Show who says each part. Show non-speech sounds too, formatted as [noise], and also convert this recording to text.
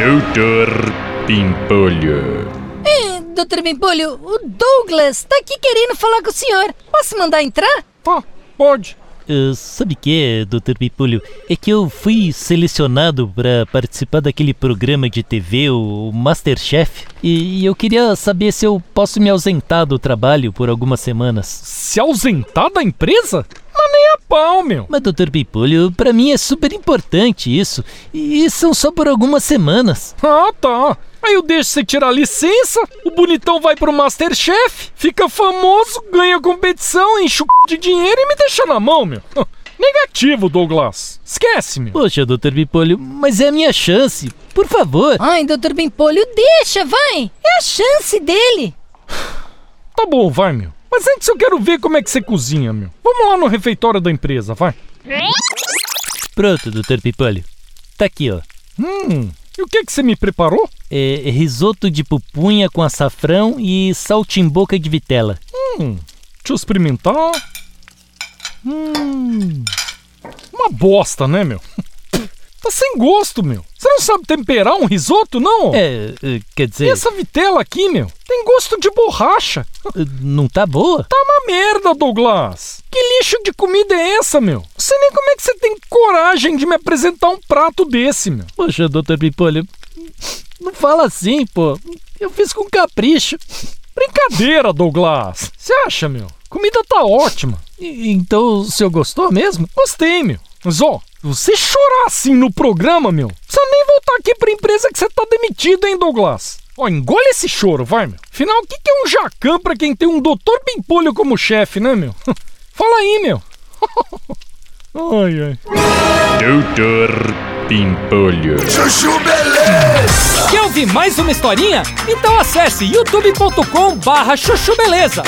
Speaker 1: Doutor Pimpolho.
Speaker 2: É, doutor Bimpolho, o Douglas tá aqui querendo falar com o senhor. Posso mandar entrar?
Speaker 3: Pô, pode.
Speaker 4: Ah, sabe o que, Dr. Pipulho? É que eu fui selecionado para participar daquele programa de TV, o Masterchef, e eu queria saber se eu posso me ausentar do trabalho por algumas semanas.
Speaker 3: Se ausentar da empresa? Mas nem a pau, meu.
Speaker 4: Mas, Dr. Pipulho, para mim é super importante isso, e são só por algumas semanas.
Speaker 3: Ah, tá. Aí eu deixo você tirar a licença, o bonitão vai pro Masterchef, fica famoso, ganha competição, enche o c... de dinheiro e me deixa na mão, meu. Negativo, Douglas. Esquece, meu.
Speaker 4: Poxa, Dr. Pipolho, mas é a minha chance. Por favor.
Speaker 2: Ai, doutor Bimpolho, deixa, vai. É a chance dele.
Speaker 3: Tá bom, vai, meu. Mas antes eu quero ver como é que você cozinha, meu. Vamos lá no refeitório da empresa, vai.
Speaker 4: Pronto, Dr. Pipolho. Tá aqui, ó.
Speaker 3: Hum, e o que é que você me preparou?
Speaker 4: É risoto de pupunha com açafrão e saltimboca de vitela.
Speaker 3: Hum, deixa eu experimentar. Hum, uma bosta, né, meu? [laughs] Tá sem gosto, meu. Você não sabe temperar um risoto, não?
Speaker 4: É, é, quer
Speaker 3: E
Speaker 4: dizer,
Speaker 3: essa vitela aqui, meu, tem gosto de borracha.
Speaker 4: eh, não tá boa?
Speaker 3: Tá uma merda, Douglas! Que lixo de comida é essa, meu? Não sei nem como é que você tem coragem de me apresentar um prato desse, meu.
Speaker 4: Poxa, Dr. Pipolho, não fala assim, pô. Eu fiz com capricho.
Speaker 3: Brincadeira, Douglas! Você acha, meu? Comida tá ótima.
Speaker 4: E- Então o senhor gostou mesmo?
Speaker 3: Gostei, meu. Mas ó, você chorar assim no programa, meu, precisa nem voltar aqui pra empresa que você tá demitido, hein, Douglas? Ó, engole esse choro, vai, meu. Afinal, o que que é um jacan pra quem tem um doutor Pimpolho como chefe, né, meu? [laughs] Fala aí, meu. [laughs] ai, ai.
Speaker 1: Doutor Pimpolho.
Speaker 5: Quer ouvir mais uma historinha? Então acesse youtube.com barra chuchu beleza.